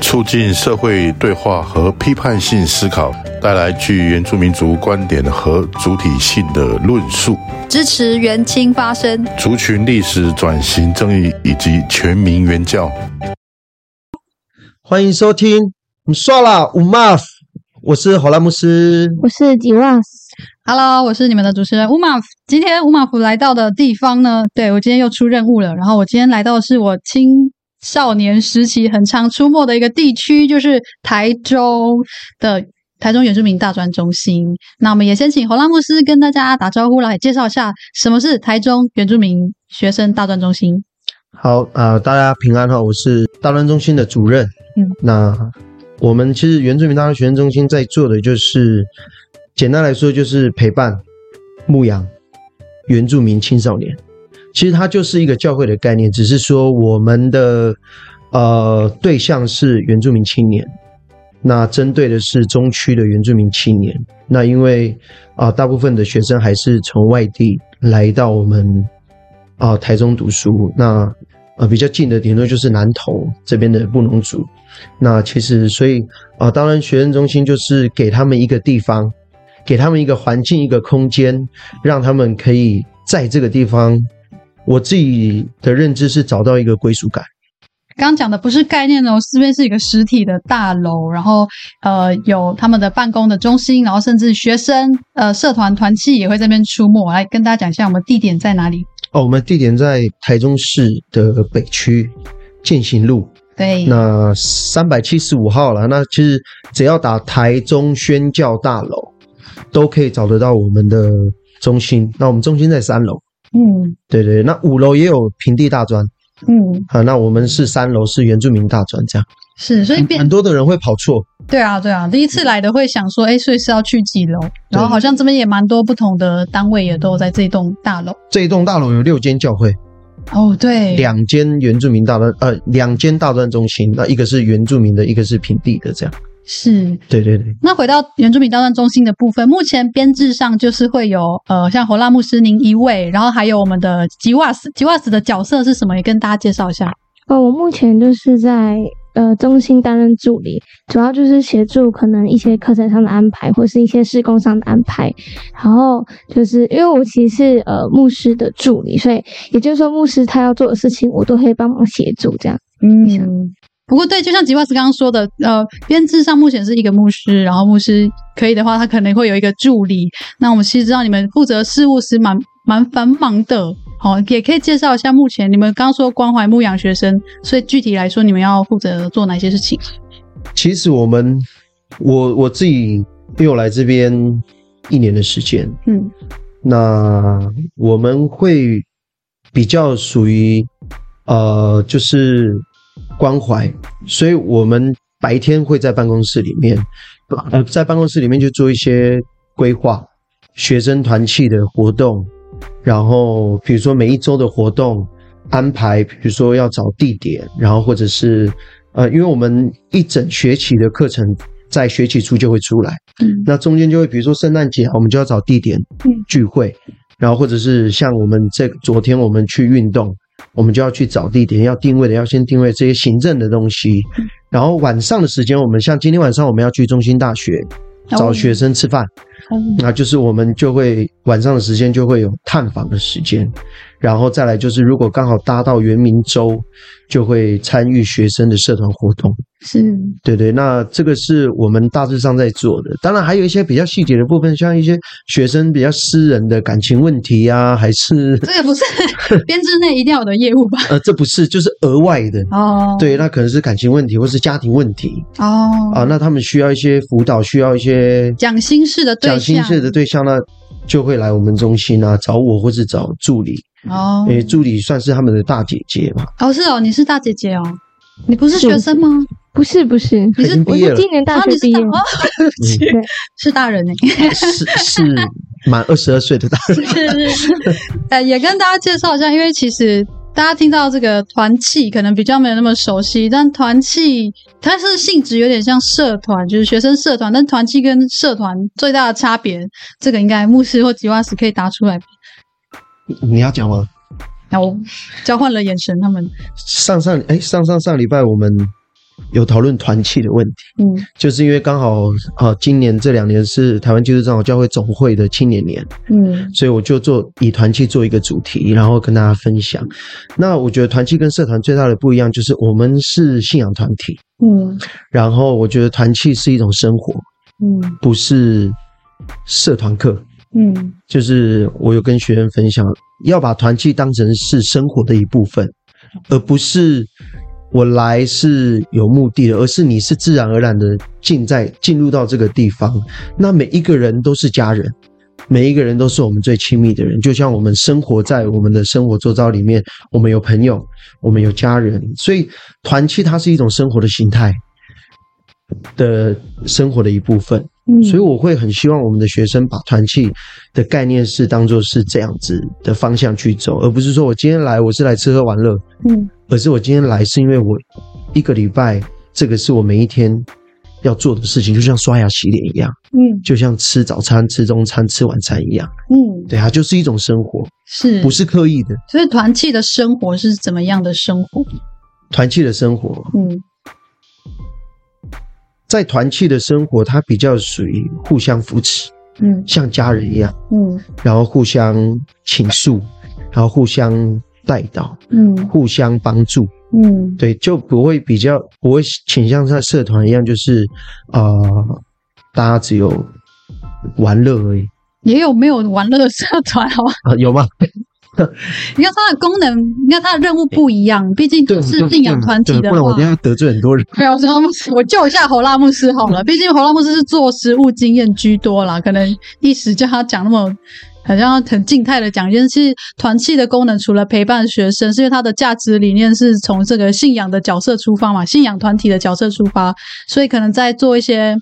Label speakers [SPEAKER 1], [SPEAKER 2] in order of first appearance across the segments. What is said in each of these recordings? [SPEAKER 1] 促进社会对话和批判性思考，带来具原住民族观点和主体性的论述，
[SPEAKER 2] 支持原青发声。
[SPEAKER 1] 族群历史转型正义以及全民原教。
[SPEAKER 3] 欢迎收听，你刷啦五 maf，我是好拉姆斯。
[SPEAKER 4] 我是吉旺斯，
[SPEAKER 2] Hello，我是你们的主持人乌马夫。今天乌马夫来到的地方呢，对我今天又出任务了。然后我今天来到的是我青少年时期很常出没的一个地区，就是台中的台中原住民大专中心。那我们也先请侯拉牧师跟大家打招呼，来介绍一下什么是台中原住民学生大专中心。
[SPEAKER 3] 好啊、呃大家平安哈，我是大专中心的主任。
[SPEAKER 2] 嗯，
[SPEAKER 3] 那我们其实原住民大专学生中心在做的就是，简单来说就是陪伴、牧养原住民青少年。其实它就是一个教会的概念，只是说我们的呃对象是原住民青年，那针对的是中区的原住民青年。那因为啊、大部分的学生还是从外地来到我们啊、台中读书，那呃比较近的顶多就是南投这边的布农族。那其实所以啊、当然学生中心就是给他们一个地方，给他们一个环境、一个空间，让他们可以在这个地方。我自己的认知是找到一个归属感。
[SPEAKER 2] 刚刚讲的不是概念哦，这边是一个实体的大楼，然后呃有他们的办公的中心，然后甚至学生呃社团团契也会在那边出没。来跟大家讲一下我们地点在哪里。
[SPEAKER 3] 哦，我们地点在台中市的北区践行路。
[SPEAKER 2] 对，
[SPEAKER 3] 那三百七十五号了，那其实只要打台中宣教大楼，都可以找得到我们的中心。那我们中心在三楼，
[SPEAKER 2] 嗯
[SPEAKER 3] 对对，那五楼也有平地大专
[SPEAKER 2] 嗯
[SPEAKER 3] 啊，那我们是三楼是原住民大专这样，
[SPEAKER 2] 是，所以变
[SPEAKER 3] 很多的人会跑错，
[SPEAKER 2] 对啊对啊，第一次来的会想说，哎，所以是要去几楼？然后好像这边也蛮多不同的单位也都有在这栋大楼。
[SPEAKER 3] 这一栋大楼有六间教会，
[SPEAKER 2] 哦，对，
[SPEAKER 3] 两间原住民大专，呃，两间大专中心，那一个是原住民的，一个是平地的这样，
[SPEAKER 2] 是
[SPEAKER 3] 对对对，
[SPEAKER 2] 那回到原住民大专中心的部分，目前编制上就是会有呃，像侯拉牧师您一位，然后还有我们的吉瓦斯，吉瓦斯的角色是什么？也跟大家介绍一下。
[SPEAKER 4] 哦，我目前就是在呃中心担任助理，主要就是协助可能一些课程上的安排，或是一些施工上的安排。然后就是因为我其实是呃牧师的助理，所以也就是说牧师他要做的事情，我都会帮忙协助这样。
[SPEAKER 2] 嗯，不过对，就像吉瓦斯刚刚说的，呃，编制上目前是一个牧师，然后牧师可以的话，他可能会有一个助理。那我们其实知道你们负责事务是蛮蛮繁忙的，好、也可以介绍一下目前你们刚刚说关怀牧养学生，所以具体来说，你们要负责做哪些事情？
[SPEAKER 3] 其实我们，我我自己因为我来这边一年的时间，
[SPEAKER 2] 嗯
[SPEAKER 3] 那我们会比较属于呃，就是关怀，所以我们白天会在办公室里面，呃，在办公室里面就做一些规划，学生团契的活动，然后比如说每一周的活动安排，比如说要找地点，然后或者是呃，因为我们一整学期的课程在学期初就会出来。
[SPEAKER 2] 嗯
[SPEAKER 3] 那中间就会比如说圣诞节啊，我们就要找地点
[SPEAKER 4] 嗯
[SPEAKER 3] 聚会，然后或者是像我们这昨天我们去运动，我们就要去找地点，要定位的要先定位这些行政的东西。然后晚上的时间，我们像今天晚上我们要去中心大学找学生吃饭，那就是我们就会晚上的时间就会有探访的时间，然后再来就是如果刚好搭到圆明周，就会参与学生的社团活动。
[SPEAKER 2] 是
[SPEAKER 3] 对对，那这个是我们大致上在做的。当然，还有一些比较细节的部分，像一些学生比较私人的感情问题啊，还是
[SPEAKER 2] 这个不是 编制内一定要有的业务吧？
[SPEAKER 3] 呃，这不是，就是额外的。
[SPEAKER 2] 哦，
[SPEAKER 3] 对，那可能是感情问题或是家庭问题
[SPEAKER 2] 哦
[SPEAKER 3] 啊，那他们需要一些辅导，需要一些
[SPEAKER 2] 讲心事的对象
[SPEAKER 3] 讲心事的对象呢，那就会来我们中心啊，找我或是找助理，
[SPEAKER 2] 哦
[SPEAKER 3] 诶，助理算是他们的大姐姐 嘛。
[SPEAKER 2] 哦是哦，你是大姐姐哦，你不是
[SPEAKER 4] 是
[SPEAKER 2] 学生吗？
[SPEAKER 4] 不是不是，
[SPEAKER 3] 已经
[SPEAKER 4] 我
[SPEAKER 3] 毕业
[SPEAKER 4] 是
[SPEAKER 3] 了，
[SPEAKER 4] 今年大
[SPEAKER 2] 啊，
[SPEAKER 4] 学
[SPEAKER 2] 你
[SPEAKER 4] 毕
[SPEAKER 2] 是
[SPEAKER 4] 业
[SPEAKER 2] 大，哦， 对不起
[SPEAKER 4] 嗯对，
[SPEAKER 2] 是大人哎。
[SPEAKER 3] 是是满二十二岁的大，
[SPEAKER 2] 哎是是是，呃，也跟大家介绍一下，因为其实大家听到这个团契可能比较没有那么熟悉，但团契它是性质有点像社团，就是学生社团，但团契跟社团最大的差别，这个应该牧师或吉瓦斯可以答出来吧。
[SPEAKER 3] 你要讲吗？
[SPEAKER 2] 然后交换了眼神，他们
[SPEAKER 3] 上上哎上上上礼拜我们有讨论团契的问题，
[SPEAKER 2] 嗯
[SPEAKER 3] 就是因为刚好啊今年这两年是台湾基督长老教会总会的青年年，
[SPEAKER 2] 嗯
[SPEAKER 3] 所以我就做以团契做一个主题，然后跟大家分享。那我觉得团契跟社团最大的不一样就是我们是信仰团体，
[SPEAKER 2] 嗯
[SPEAKER 3] 然后我觉得团契是一种生活，
[SPEAKER 2] 嗯
[SPEAKER 3] 不是社团课。
[SPEAKER 2] 嗯
[SPEAKER 3] 就是我有跟学员分享，要把团契当成是生活的一部分，而不是我来是有目的的，而是你是自然而然的进在进入到这个地方。那每一个人都是家人，每一个人都是我们最亲密的人，就像我们生活在我们的生活周遭里面，我们有朋友，我们有家人，所以团契它是一种生活的形态的生活的一部分。
[SPEAKER 2] 嗯
[SPEAKER 3] 所以我会很希望我们的学生把团契的概念是当做是这样子的方向去走，而不是说我今天来我是来吃喝玩乐，
[SPEAKER 2] 嗯，
[SPEAKER 3] 而是我今天来是因为我一个礼拜这个是我每一天要做的事情，就像刷牙洗脸一样，
[SPEAKER 2] 嗯
[SPEAKER 3] 就像吃早餐、吃中餐、吃晚餐一样，
[SPEAKER 2] 嗯，
[SPEAKER 3] 对，它就是一种生活，
[SPEAKER 2] 是
[SPEAKER 3] 不？是刻意的
[SPEAKER 2] 所以团契的生活是怎么样的生活？
[SPEAKER 3] 团契的生活。
[SPEAKER 2] 嗯
[SPEAKER 3] 在团契的生活，它比较属于互相扶持，
[SPEAKER 2] 嗯
[SPEAKER 3] 像家人一样，
[SPEAKER 2] 嗯
[SPEAKER 3] 然后互相倾诉，然后互相带导。
[SPEAKER 2] 嗯
[SPEAKER 3] 互相帮助，
[SPEAKER 2] 嗯
[SPEAKER 3] 对，就不会比较不会倾向像社团一样，就是呃，大家只有玩乐而已
[SPEAKER 2] 也有没有玩乐社团？好吧，
[SPEAKER 3] 啊， 有吗？
[SPEAKER 2] 你看它的功能，你看它的任务不一样，毕竟
[SPEAKER 3] 对，
[SPEAKER 2] 是
[SPEAKER 3] 对
[SPEAKER 2] 信仰团体
[SPEAKER 3] 对
[SPEAKER 2] 的
[SPEAKER 3] 不然我
[SPEAKER 2] 话
[SPEAKER 3] 等。一下得罪很 多人。
[SPEAKER 2] 对啊，我知道牧师，我救一下侯拉牧师好了，毕竟侯拉牧师是做实务经验居多啦，可能一时叫他讲那么。好像很静态的讲一件事，团契的功能除了陪伴学生，是因为他的价值理念是从这个信仰的角色出发嘛，信仰团体的角色出发，所以可能在做一些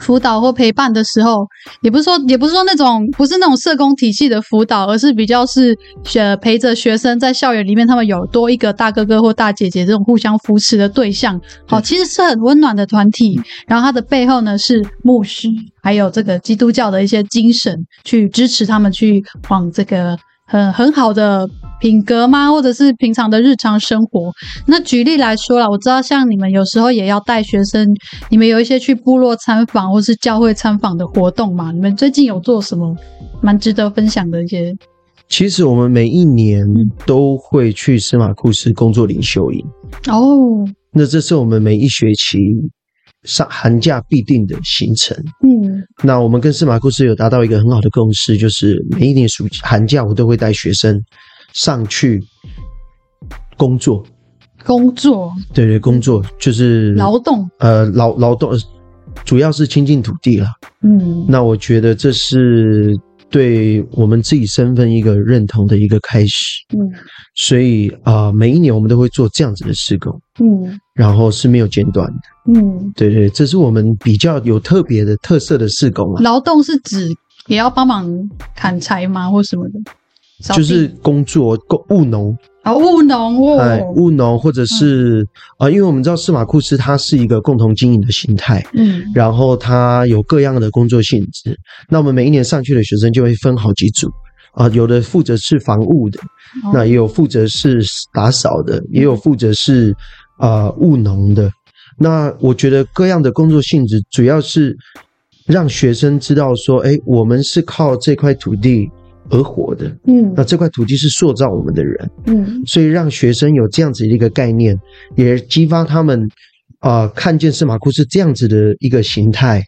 [SPEAKER 2] 辅导或陪伴的时候，也不是说也不是说那种不是那种社工体系的辅导，而是比较是呃陪着学生在校园里面，他们有多一个大哥哥或大姐姐这种互相扶持的对嗯象，好，其实是很温暖的团体。然后它的背后呢是牧师，还有这个基督教的一些精神去支持他们去往这个很很好的品格吗？或者是平常的日常生活？那举例来说啦，我知道像你们有时候也要带学生，你们有一些去部落参访或是教会参访的活动嘛？你们最近有做什么蛮值得分享的一些？
[SPEAKER 3] 其实我们每一年
[SPEAKER 2] 嗯
[SPEAKER 3] 都会去司马库斯工作领袖营，
[SPEAKER 2] 哦，
[SPEAKER 3] 那这是我们每一学期上寒假必定的行程。
[SPEAKER 2] 嗯
[SPEAKER 3] 那我们跟司马库斯有达到一个很好的共识，就是每一年暑寒假我都会带学生上去工作，
[SPEAKER 2] 工作
[SPEAKER 3] 对对，工作就是
[SPEAKER 2] 劳动，
[SPEAKER 3] 呃劳劳动，呃主要是亲近土地了。
[SPEAKER 2] 嗯
[SPEAKER 3] 那我觉得这是对我们自己身份一个认同的一个开始，
[SPEAKER 2] 嗯
[SPEAKER 3] 所以啊、呃每一年我们都会做这样子的施工，
[SPEAKER 2] 嗯
[SPEAKER 3] 然后是没有间断的。
[SPEAKER 2] 嗯，
[SPEAKER 3] 对对，这是我们比较有特别的特色的施工啊。
[SPEAKER 2] 劳动是指也要帮忙砍柴吗，或什么的？扫地
[SPEAKER 3] 就是工作工务农，
[SPEAKER 2] 啊，务农哦，
[SPEAKER 3] 哎，务农或者是啊、呃因为我们知道司马库斯它是一个共同经营的形态，
[SPEAKER 2] 嗯
[SPEAKER 3] 然后它有各样的工作性质。那我们每一年上去的学生就会分好几组啊、有的负责是防务的，
[SPEAKER 2] 哦
[SPEAKER 3] 那也有负责是打扫的，也有负责是啊、呃务农的。那我觉得各样的工作性质主要是让学生知道说，哎，我们是靠这块土地而活的，
[SPEAKER 2] 嗯
[SPEAKER 3] 那这块土地是塑造我们的人。
[SPEAKER 2] 嗯
[SPEAKER 3] 所以让学生有这样子的一个概念，也激发他们啊、呃看见司马库斯这样子的一个形态，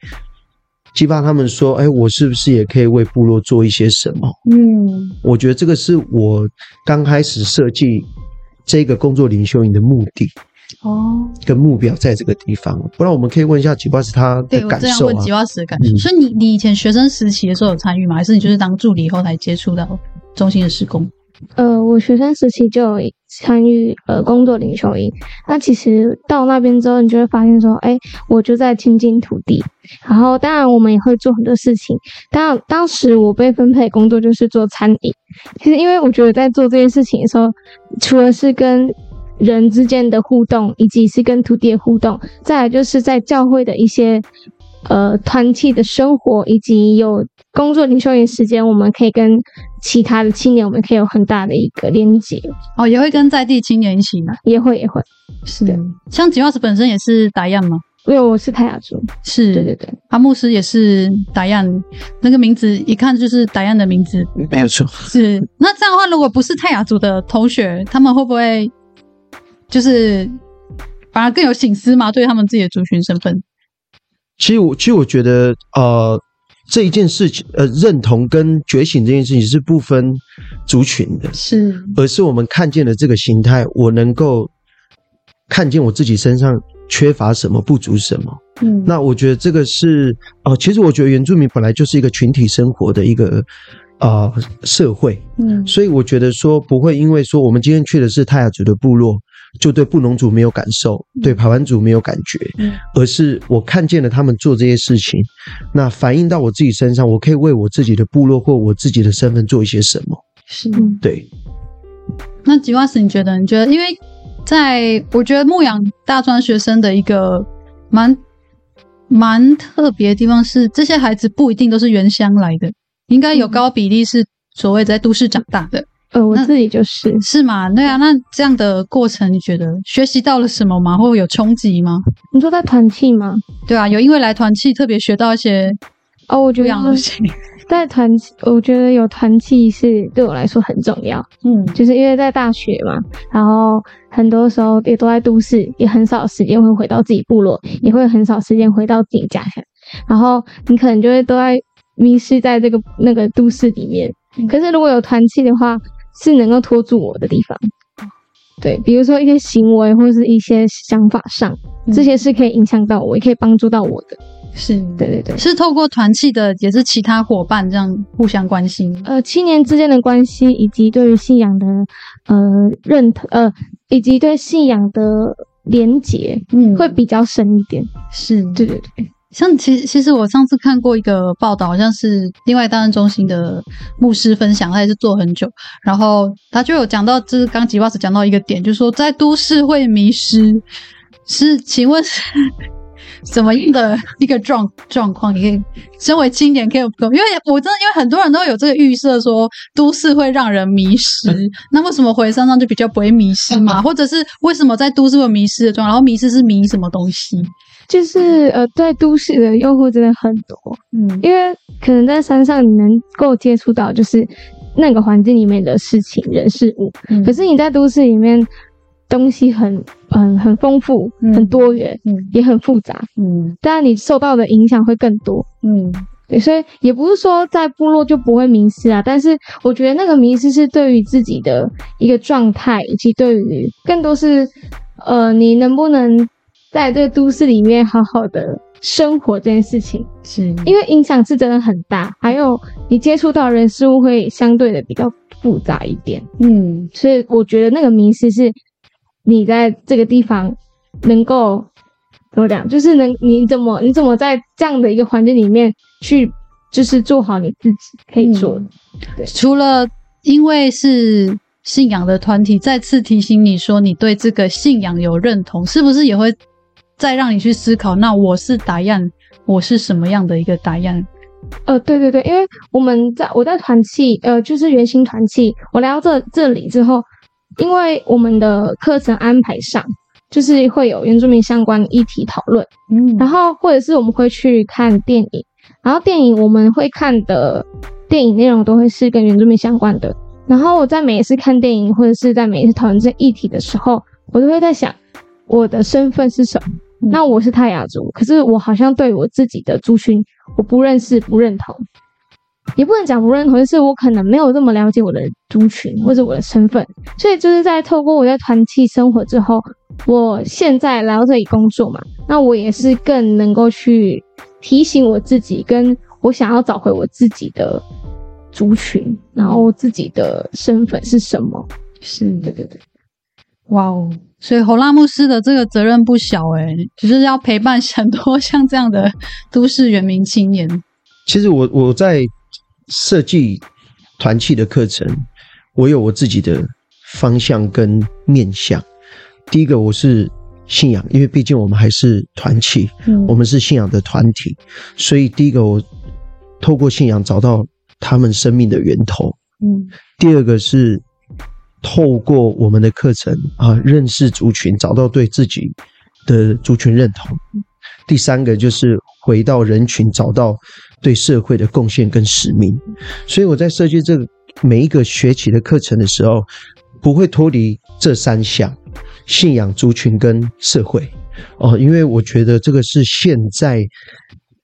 [SPEAKER 3] 激发他们说：“哎，我是不是也可以为部落做一些什么
[SPEAKER 2] 嗯？”
[SPEAKER 3] 我觉得这个是我刚开始设计这个工作领袖营的目的
[SPEAKER 2] 哦，
[SPEAKER 3] 跟目标在这个地方。不然我们可以问一下吉巴斯他的
[SPEAKER 2] 对我
[SPEAKER 3] 感
[SPEAKER 2] 这样
[SPEAKER 3] 受
[SPEAKER 2] 问
[SPEAKER 3] 啊
[SPEAKER 2] 吉。瓦斯的感受，
[SPEAKER 3] 嗯
[SPEAKER 2] 所以你你以前学生时期的时候有参与吗？还是你就是当助理以后才接触到中心的施工？
[SPEAKER 4] 呃，我学生时期就有参与呃工作领袖营。那其实到那边之后，你就会发现说，哎，我就在亲近土地。然后当然我们也会做很多事情。当然当时我被分配工作就是做餐饮。其实因为我觉得在做这件事情的时候，除了是跟人之间的互动，以及是跟土地的互动，再来就是在教会的一些呃团契的生活，以及有工作零休营时间，我们可以跟其他的青年，我们可以有很大的一个连接，
[SPEAKER 2] 哦，也会跟在地青年一起嘛。
[SPEAKER 4] 也会也会，
[SPEAKER 2] 是
[SPEAKER 4] 对
[SPEAKER 2] 像吉老师本身也是打样嘛，
[SPEAKER 4] 因为我是泰雅族，
[SPEAKER 2] 是
[SPEAKER 4] 对对对，
[SPEAKER 2] 阿牧师也是打样，那个名字一看就是打样的名字。
[SPEAKER 5] 没有错。
[SPEAKER 2] 是，那这样的话，如果不是泰雅族的同学，他们会不会就是反而更有醒思嘛？对他们自己的族群身份，
[SPEAKER 3] 其实我其实我觉得，呃，这一件事情，呃，认同跟觉醒这件事情是不分族群的，
[SPEAKER 2] 是
[SPEAKER 3] 而是我们看见了这个形态，我能够看见我自己身上缺乏什么，不足什么。
[SPEAKER 2] 嗯
[SPEAKER 3] 那我觉得这个是呃，其实我觉得原住民本来就是一个群体生活的一个呃社会，
[SPEAKER 2] 嗯
[SPEAKER 3] 所以我觉得说不会因为说我们今天去的是泰雅族的部落，就对布农族没有感受，对排湾族没有感觉，
[SPEAKER 2] 嗯
[SPEAKER 3] 而是我看见了他们做这些事情，那反映到我自己身上，我可以为我自己的部落或我自己的身份做一些什么。
[SPEAKER 2] 是
[SPEAKER 4] 嗯，
[SPEAKER 3] 对，
[SPEAKER 2] 那吉瓦斯，你觉得？你觉得？因为在我觉得牧养大专学生的一个蛮蛮特别的地方是，这些孩子不一定都是原乡来的，应该有高比例是所谓在都市长大的，
[SPEAKER 4] 呃，我
[SPEAKER 2] 那
[SPEAKER 4] 自己就是，
[SPEAKER 2] 是吗？对啊，那这样的过程，你觉得学习到了什么吗？会有冲击吗？
[SPEAKER 4] 你说在团契吗？
[SPEAKER 2] 对啊，有因为来团契特别学到一些
[SPEAKER 4] 哦，我觉
[SPEAKER 2] 不一
[SPEAKER 4] 得
[SPEAKER 2] 样的东西。
[SPEAKER 4] 在团，我觉得有团契是对我来说很重要。
[SPEAKER 2] 嗯，
[SPEAKER 4] 就是因为在大学嘛，然后很多时候也都在都市，也很少时间会回到自己部落，也会很少时间回到自己家乡，然后你可能就会都在迷失在这个那个都市里面。可是如果有团契的话，是能够拖住我的地方。对，比如说一些行为或是一些想法上，这些是可以影响到我，也可以帮助到我的。
[SPEAKER 2] 是
[SPEAKER 4] 对对对。
[SPEAKER 2] 是透过团契的，也是其他伙伴这样互相关心。
[SPEAKER 4] 呃青年之间的关系，以及对于信仰的呃认同，呃，以及对信仰的连结，
[SPEAKER 2] 嗯
[SPEAKER 4] 会比较深一点。
[SPEAKER 2] 是
[SPEAKER 4] 对对对，
[SPEAKER 2] 像其其实我上次看过一个报道，好像是另外档案中心的牧师分享，他也是做很久，然后他就有讲到，就是刚吉巴斯讲到一个点，就是说在都市会迷失，是请问是 怎么样的一个状状况？你可以身为青年可以有，因为我真的因为很多人都有这个预设说都市会让人迷 失，那为什么回山上就比较不会迷失嘛？或者是为什么在都市会迷失的状况？然后迷失是迷什么东西？
[SPEAKER 4] 就是呃，对都市的诱惑真的很多，
[SPEAKER 2] 嗯
[SPEAKER 4] 因为可能在山上你能够接触到就是那个环境里面的事情、人、事物，
[SPEAKER 2] 嗯
[SPEAKER 4] 可是你在都市里面东西很很很丰富、
[SPEAKER 2] 嗯
[SPEAKER 4] 很多元，
[SPEAKER 2] 嗯
[SPEAKER 4] 也很复杂，
[SPEAKER 2] 嗯。
[SPEAKER 4] 但你受到的影响会更多。
[SPEAKER 2] 嗯
[SPEAKER 4] 对，所以也不是说在部落就不会迷失啊，但是我觉得那个迷失是对于自己的一个状态，以及对于更多是，呃，你能不能在这个都市里面好好的生活这件事情，，
[SPEAKER 2] 是，
[SPEAKER 4] 因为影响是真的很大，还有你接触到的人事物会相对的比较复杂一点，
[SPEAKER 2] 嗯
[SPEAKER 4] 所以我觉得那个迷失是你在这个地方能够怎么讲，就是能你怎么你怎么在这样的一个环境里面去，就是做好你自己可以做的。
[SPEAKER 2] 除了因为是信仰的团体再次提醒你说你对这个信仰有认同，是不是也会再让你去思考？那我是打样，我是什么样的一个打样？
[SPEAKER 4] 呃，对对对，因为我们在我在团契，呃，就是圆形团契，我来到这这里之后，因为我们的课程安排上。就是会有原住民相关议题讨论，
[SPEAKER 2] 嗯
[SPEAKER 4] 然后或者是我们会去看电影，然后电影我们会看的电影内容都会是跟原住民相关的。然后我在每一次看电影或者是在每一次讨论这议题的时候，我都会在想我的身份是什么。
[SPEAKER 2] 嗯
[SPEAKER 4] 那我是泰雅族，可是我好像对我自己的族群我不认识、不认同，也不能讲不认同，就是我可能没有这么了解我的族群或者我的身份。所以就是在透过我在团契生活之后，我现在来到这里工作嘛，那我也是更能够去提醒我自己，跟我想要找回我自己的族群，然后自己的身份是什么。
[SPEAKER 2] 是
[SPEAKER 4] 对对对，
[SPEAKER 2] 哇哦！所以侯拉牧师的这个责任不小诶、就是要陪伴很多像这样的都市原民青年。
[SPEAKER 3] 其实我我在设计团契的课程，我有我自己的方向跟面向。第一个我是信仰，因为毕竟我们还是团契，
[SPEAKER 2] 嗯
[SPEAKER 3] 我们是信仰的团体，所以第一个我透过信仰找到他们生命的源头。
[SPEAKER 2] 嗯
[SPEAKER 3] 第二个是透过我们的课程啊，认识族群，找到对自己的族群认同。第三个就是回到人群，找到对社会的贡献跟使命。所以我在设计这个每一个学期的课程的时候，不会脱离这三项：信仰、族群跟社会。哦，因为我觉得这个是现在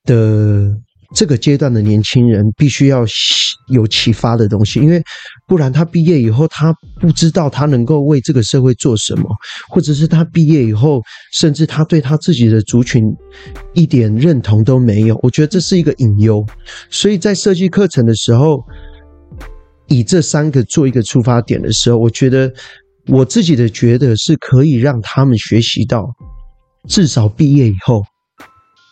[SPEAKER 3] 的这个阶段的年轻人必须要吸有启发的东西，因为不然他毕业以后，他不知道他能够为这个社会做什么，或者是他毕业以后，甚至他对他自己的族群一点认同都没有。我觉得这是一个隐忧，所以在设计课程的时候，以这三个做一个出发点的时候，我觉得我自己的觉得是可以让他们学习到，至少毕业以后，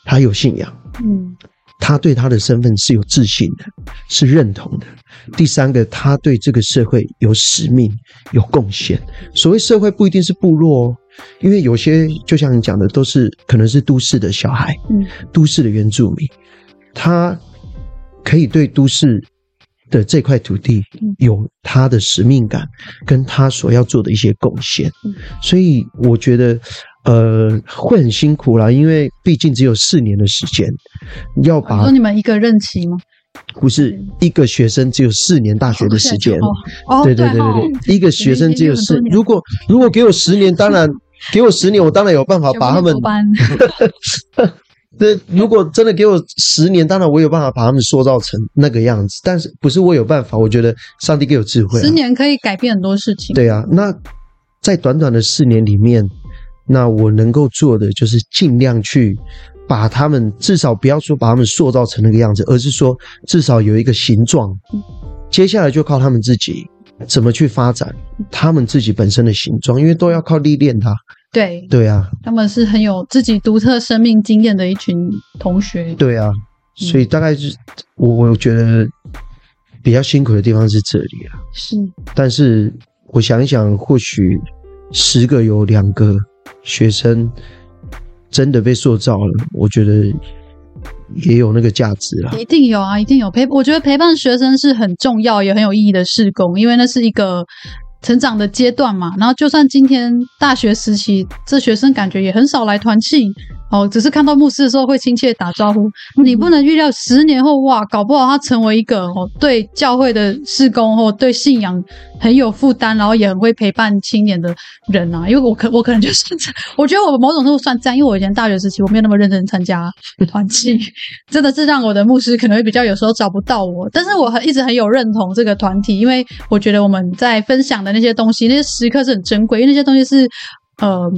[SPEAKER 3] 他有信仰。
[SPEAKER 2] 嗯
[SPEAKER 3] 他对他的身份是有自信的，是认同的。第三个，他对这个社会有使命、有贡献。所谓社会不一定是部落哦，因为有些就像你讲的，都是可能是都市的小孩，
[SPEAKER 2] 嗯
[SPEAKER 3] 都市的原住民，他可以对都市的这块土地
[SPEAKER 2] 嗯
[SPEAKER 3] 有他的使命感，跟他所要做的一些贡献
[SPEAKER 2] 嗯。
[SPEAKER 3] 所以我觉得，呃，会很辛苦啦，因为毕竟只有四年的时间，要
[SPEAKER 2] 你
[SPEAKER 3] 把
[SPEAKER 2] 说你们一个任期吗？
[SPEAKER 3] 不是一个学生只有四年大学的时间。
[SPEAKER 2] 哦哦，
[SPEAKER 3] 对对对
[SPEAKER 2] 哦
[SPEAKER 3] 对对，一个学生只有
[SPEAKER 2] 已经
[SPEAKER 3] 四
[SPEAKER 2] 有很多年。了
[SPEAKER 3] 如果如果给我十年，当然给我十年，我当然有办法
[SPEAKER 2] 有
[SPEAKER 3] 哦把他们
[SPEAKER 2] 多 巴胺
[SPEAKER 3] 那如果真的给我十年，当然我有办法把他们塑造成那个样子，但是不是我有办法？我觉得上帝给我智慧、啊。
[SPEAKER 2] 十年可以改变很多事情。
[SPEAKER 3] 对啊，那在短短的四年里面，那我能够做的就是尽量去把他们，至少不要说把他们塑造成那个样子，而是说至少有一个形状。接下来就靠他们自己怎么去发展他们自己本身的形状，因为都要靠历练的啊、
[SPEAKER 2] 对，
[SPEAKER 3] 对啊，
[SPEAKER 2] 他们是很有自己独特生命经验的一群同学。
[SPEAKER 3] 对啊，
[SPEAKER 2] 嗯
[SPEAKER 3] 所以大概是我我觉得比较辛苦的地方是这里啊。
[SPEAKER 2] 是，
[SPEAKER 3] 但是我想一想，或许十个有两个学生真的被塑造了，我觉得也有那个价值啦。
[SPEAKER 2] 一定有啊，一定有陪。我觉得陪伴学生是很重要也很有意义的事工，因为那是一个成长的阶段嘛。然后，就算今天大学时期，这学生感觉也很少来团契哦，只是看到牧师的时候会亲切打招呼。你不能预料十年后哇，搞不好他成为一个哦对教会的事工或对信仰很有负担，然后也很会陪伴青年的人啊。因为我可我可能就是 这，我觉得我某种程度算这样，因为我以前大学时期我没有那么认真参加团契。真的是让我的牧师可能会比较有时候找不到我，但是我很一直很有认同这个团体，因为我觉得我们在分享的那些东西，那些时刻是很珍贵，因为那些东西是，呃，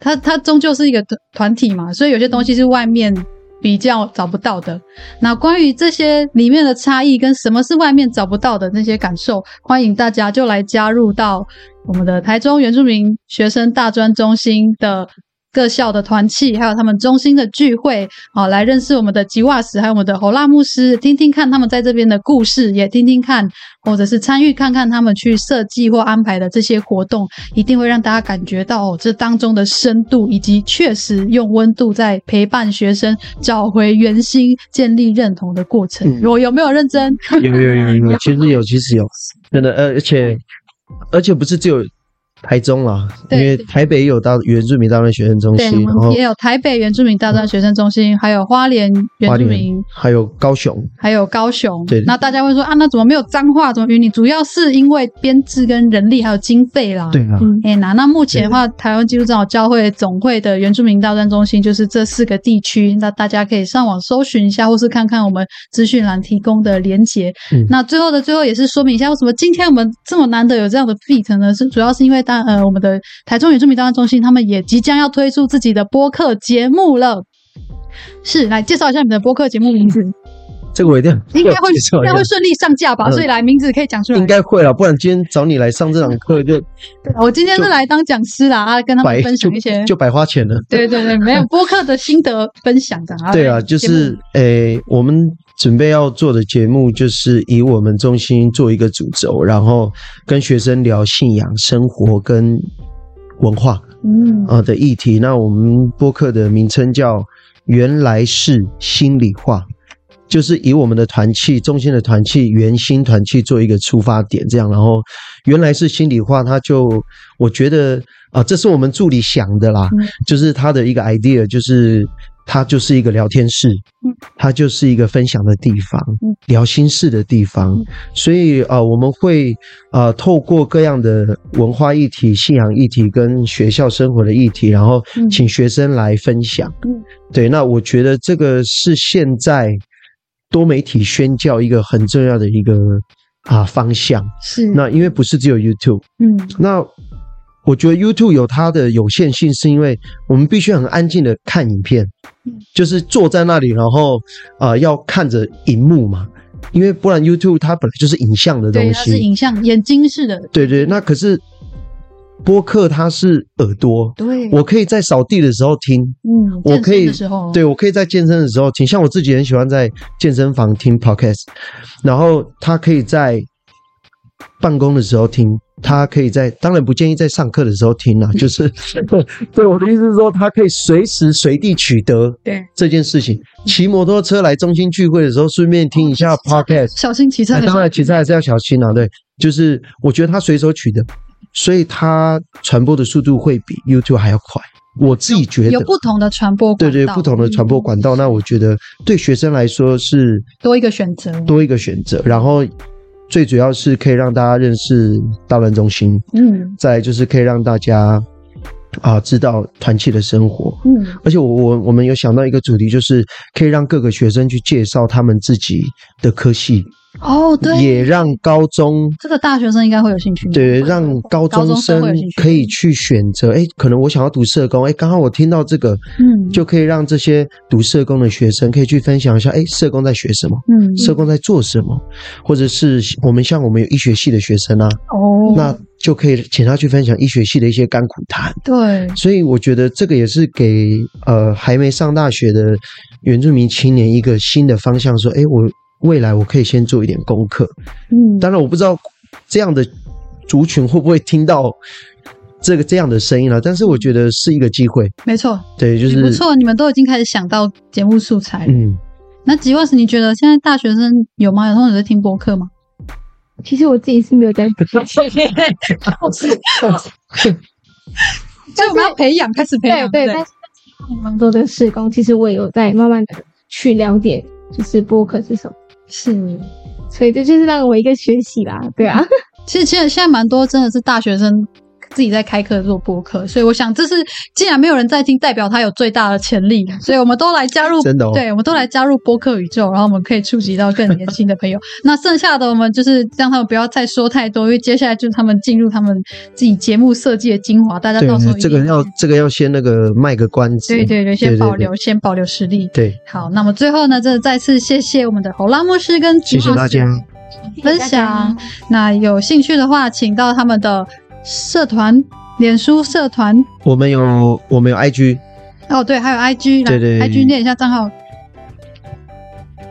[SPEAKER 2] 它它终究是一个团团体嘛，所以有些东西是外面比较找不到的。那关于这些里面的差异跟什么是外面找不到的那些感受，欢迎大家就来加入到我们的台中原住民学生大专中心的各校的团契，还有他们中心的聚会，好、来认识我们的吉瓦斯，还有我们的侯拉牧师，听听看他们在这边的故事，也听听看，或者是参与看看他们去设计或安排的这些活动，一定会让大家感觉到、哦、这当中的深度，以及确实用温度在陪伴学生找回原心、建立认同的过程。
[SPEAKER 3] 嗯
[SPEAKER 2] 我有 没有认真？
[SPEAKER 3] 有有有有，其实有其实有，真的，呃，而且而且不是只有台中啦，因
[SPEAKER 2] 对
[SPEAKER 3] 为台北也有大原住民大专学生中
[SPEAKER 2] 对，
[SPEAKER 3] 心，然
[SPEAKER 2] 我们
[SPEAKER 3] 后
[SPEAKER 2] 也有台北原住民大专学生中心，还有花莲
[SPEAKER 3] 花
[SPEAKER 2] 原住
[SPEAKER 3] 莲
[SPEAKER 2] 民，
[SPEAKER 3] 还有高雄，
[SPEAKER 2] 还有高雄。
[SPEAKER 3] 对
[SPEAKER 2] 那大家会说啊，那怎么没有彰化？怎么云林？主要是因为编制跟人力还有经费啦。
[SPEAKER 3] 对啊，
[SPEAKER 4] 嗯，
[SPEAKER 2] 哎，那那目前的话，台湾基督长老教会总会的原住民大专中心就是这四个地区，那大家可以上网搜寻一下，或是看看我们资讯栏提供的连结。
[SPEAKER 3] 嗯
[SPEAKER 2] 那最后的最后也是说明一下，为什么今天我们这么难得有这样的 feat 呢？是主要是因为大呃我们的台中原住民大专中心，他们也即将要推出自 己的播客节目了。是，来介绍一下你们的播客节目名字。
[SPEAKER 3] 这个我一定要
[SPEAKER 2] 应该会
[SPEAKER 3] 介绍
[SPEAKER 2] 应
[SPEAKER 3] 一
[SPEAKER 2] 该
[SPEAKER 3] 下
[SPEAKER 2] 会顺利上架吧？
[SPEAKER 3] 嗯
[SPEAKER 2] 所以来名字可以讲出来。
[SPEAKER 3] 应该会啊了，不然今天找你来上这堂课就
[SPEAKER 2] 对我今天是来当讲师啦，啊，跟他
[SPEAKER 3] 白
[SPEAKER 2] 们分
[SPEAKER 3] 就
[SPEAKER 2] 享一些。
[SPEAKER 3] 就白花钱了。
[SPEAKER 2] 对对对，没 有播客的心得分享的啊。
[SPEAKER 3] 对啊，就
[SPEAKER 2] 节目
[SPEAKER 3] 是诶，我们准备要做的节目就是以我们中心做一个主轴，然后跟学生聊信仰、生活跟文化
[SPEAKER 2] 嗯，
[SPEAKER 3] 啊、呃的议题。那我们播客的名称叫“原来是心里话”，就是以我们的团契、中心的团契、原心团契做一个出发点，这样。然后原来是心里话，它就我觉得啊、这是我们助理想的啦，
[SPEAKER 2] 嗯
[SPEAKER 3] 就是他的一个 idea，就是它就是一个聊天室，
[SPEAKER 2] 嗯
[SPEAKER 3] 它就是一个分享的地方，
[SPEAKER 2] 嗯
[SPEAKER 3] 聊心事的地方。所以啊、呃我们会啊、呃透过各样的文化议题、信仰议题跟学校生活的议题，然后
[SPEAKER 2] 嗯
[SPEAKER 3] 请学生来分享。
[SPEAKER 2] 嗯
[SPEAKER 3] 对，那我觉得这个是现在多媒体宣教一个很重要的一个啊、方向。
[SPEAKER 2] 是
[SPEAKER 3] 那因为不是只有 YouTube，
[SPEAKER 2] 嗯
[SPEAKER 3] 那我觉得 YouTube 有它的有限性，是因为我们必须很安静的看影片，
[SPEAKER 2] 嗯
[SPEAKER 3] 就是坐在那里，然后呃要看着荧幕嘛，因为不然 YouTube 它本来就是影像的
[SPEAKER 2] 对，
[SPEAKER 3] 东
[SPEAKER 2] 它是
[SPEAKER 3] 西，
[SPEAKER 2] 影像眼睛式的，
[SPEAKER 3] 对对，那可是播客它是耳朵，
[SPEAKER 2] 对，
[SPEAKER 3] 我可以在扫地的时候听，
[SPEAKER 2] 嗯，
[SPEAKER 3] 我
[SPEAKER 2] 健
[SPEAKER 3] 可
[SPEAKER 2] 身
[SPEAKER 3] 以
[SPEAKER 2] 的时候，
[SPEAKER 3] 对，我可以在健身的时候听，像我自己很喜欢在健身房听 podcast，然后他可以在办公的时候听，他可以在当然不建议在上课的时候听 啦、就是对我的意思是说，他可以随时随地取得
[SPEAKER 2] 对
[SPEAKER 3] 这件事情。骑摩托车来中心聚会的时候，顺便听一下 podcast，
[SPEAKER 2] 小心骑车
[SPEAKER 3] 哎
[SPEAKER 2] 哦的时候，
[SPEAKER 3] 当然，其实还是要小心啊。对，就是我觉得它随手取的，所以它传播的速度会比 YouTube 还要快。我自己觉得
[SPEAKER 2] 有不同的传播管
[SPEAKER 3] 对
[SPEAKER 2] 道，
[SPEAKER 3] 对，不同的传播管
[SPEAKER 2] 嗯
[SPEAKER 3] 道，那我觉得对学生来说是
[SPEAKER 2] 多一个选择，
[SPEAKER 3] 多一个选择，然后最主要是可以让大家认识大乱中心，
[SPEAKER 2] 嗯
[SPEAKER 3] 再来就是可以让大家啊、知道团契的生活。
[SPEAKER 2] 嗯
[SPEAKER 3] 而且我我我们有想到一个主题，就是可以让各个学生去介绍他们自己的科系，
[SPEAKER 2] 哦，对，
[SPEAKER 3] 也让高中
[SPEAKER 2] 这个大学生应该会有兴趣，
[SPEAKER 3] 对，让高
[SPEAKER 2] 嗯高
[SPEAKER 3] 中
[SPEAKER 2] 中生
[SPEAKER 3] 生
[SPEAKER 2] 会有兴趣嗯
[SPEAKER 3] 可以去选择。哎，可能我想要读社工，哎，刚好我听到这个，
[SPEAKER 2] 嗯
[SPEAKER 3] 就可以让这些读社工的学生可以去分享一下，哎，社工在学什么，
[SPEAKER 2] 嗯
[SPEAKER 3] 社工在做什么，或者是我们像我们有医学系的学生啊，
[SPEAKER 2] 哦，
[SPEAKER 3] 那就可以请他去分享医学系的一些甘苦谈。
[SPEAKER 2] 对
[SPEAKER 3] 所以我觉得这个也是给呃还没上大学的原住民青年一个新的方向，说，哎，我未来我可以先做一点功课，
[SPEAKER 2] 嗯
[SPEAKER 3] 当然，我不知道这样的族群会不会听到这个这样的声音了，但是我觉得是一个机会，
[SPEAKER 2] 没错，
[SPEAKER 3] 对，就是
[SPEAKER 2] 不错，你们都已经开始想到节目素材了。
[SPEAKER 3] 嗯，
[SPEAKER 2] 那吉万斯，你觉得现在大学生有吗？有同学在听播客吗？
[SPEAKER 4] 其实我自己是没有在，
[SPEAKER 2] 就我们要培养，开始培
[SPEAKER 4] 对
[SPEAKER 2] 养，
[SPEAKER 4] 对，但是你们做的施工，其实我也有在慢慢的去了解，就是播客是什么，
[SPEAKER 2] 是。
[SPEAKER 4] 所以这就是让我一个学习啦，对啊，
[SPEAKER 2] 其实现在现在蛮多真的是大学生自己在开课做播客，所以我想这是既然没有人在听，代表他有最大的潜力，所以我们都来加入，
[SPEAKER 3] 真的哦
[SPEAKER 2] 对，我们都来加入播客宇宙，然后我们可以触及到更年轻的朋友。那剩下的我们就是让他们不要再说太多，因为接下来就是他们进入他们自己节目设计的精华，大家
[SPEAKER 3] 对
[SPEAKER 2] 到时候，一
[SPEAKER 3] 这
[SPEAKER 2] 定
[SPEAKER 3] 个要这个要先那个卖个关子，
[SPEAKER 2] 对对对，先保留，先保留实力。
[SPEAKER 3] 对，对
[SPEAKER 2] 好，那么最后呢，真的再次谢谢我们的侯拉牧师跟
[SPEAKER 3] 谢谢大家，
[SPEAKER 2] 分
[SPEAKER 4] 谢谢大
[SPEAKER 2] 享
[SPEAKER 4] 家。
[SPEAKER 2] 那有兴趣的话，请到他们的社团、脸书社团
[SPEAKER 3] 我们有我们有 IG，
[SPEAKER 2] 哦，对，还有 IG 来
[SPEAKER 3] 对对对
[SPEAKER 2] i g 念一下账号，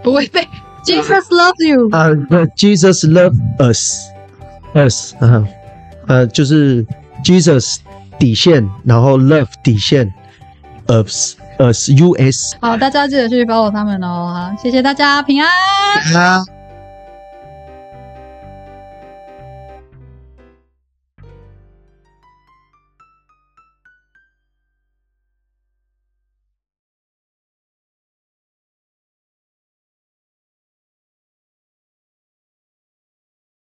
[SPEAKER 2] 不会 被 Jesus loves you。
[SPEAKER 3] 啊、那 j e s u s love us us，啊，呃，就是 Jesus 底线，然后 love 底线，us us us，
[SPEAKER 2] 好，大家记得去 follow 他们哦。好，谢谢大家，平安。
[SPEAKER 3] 啊。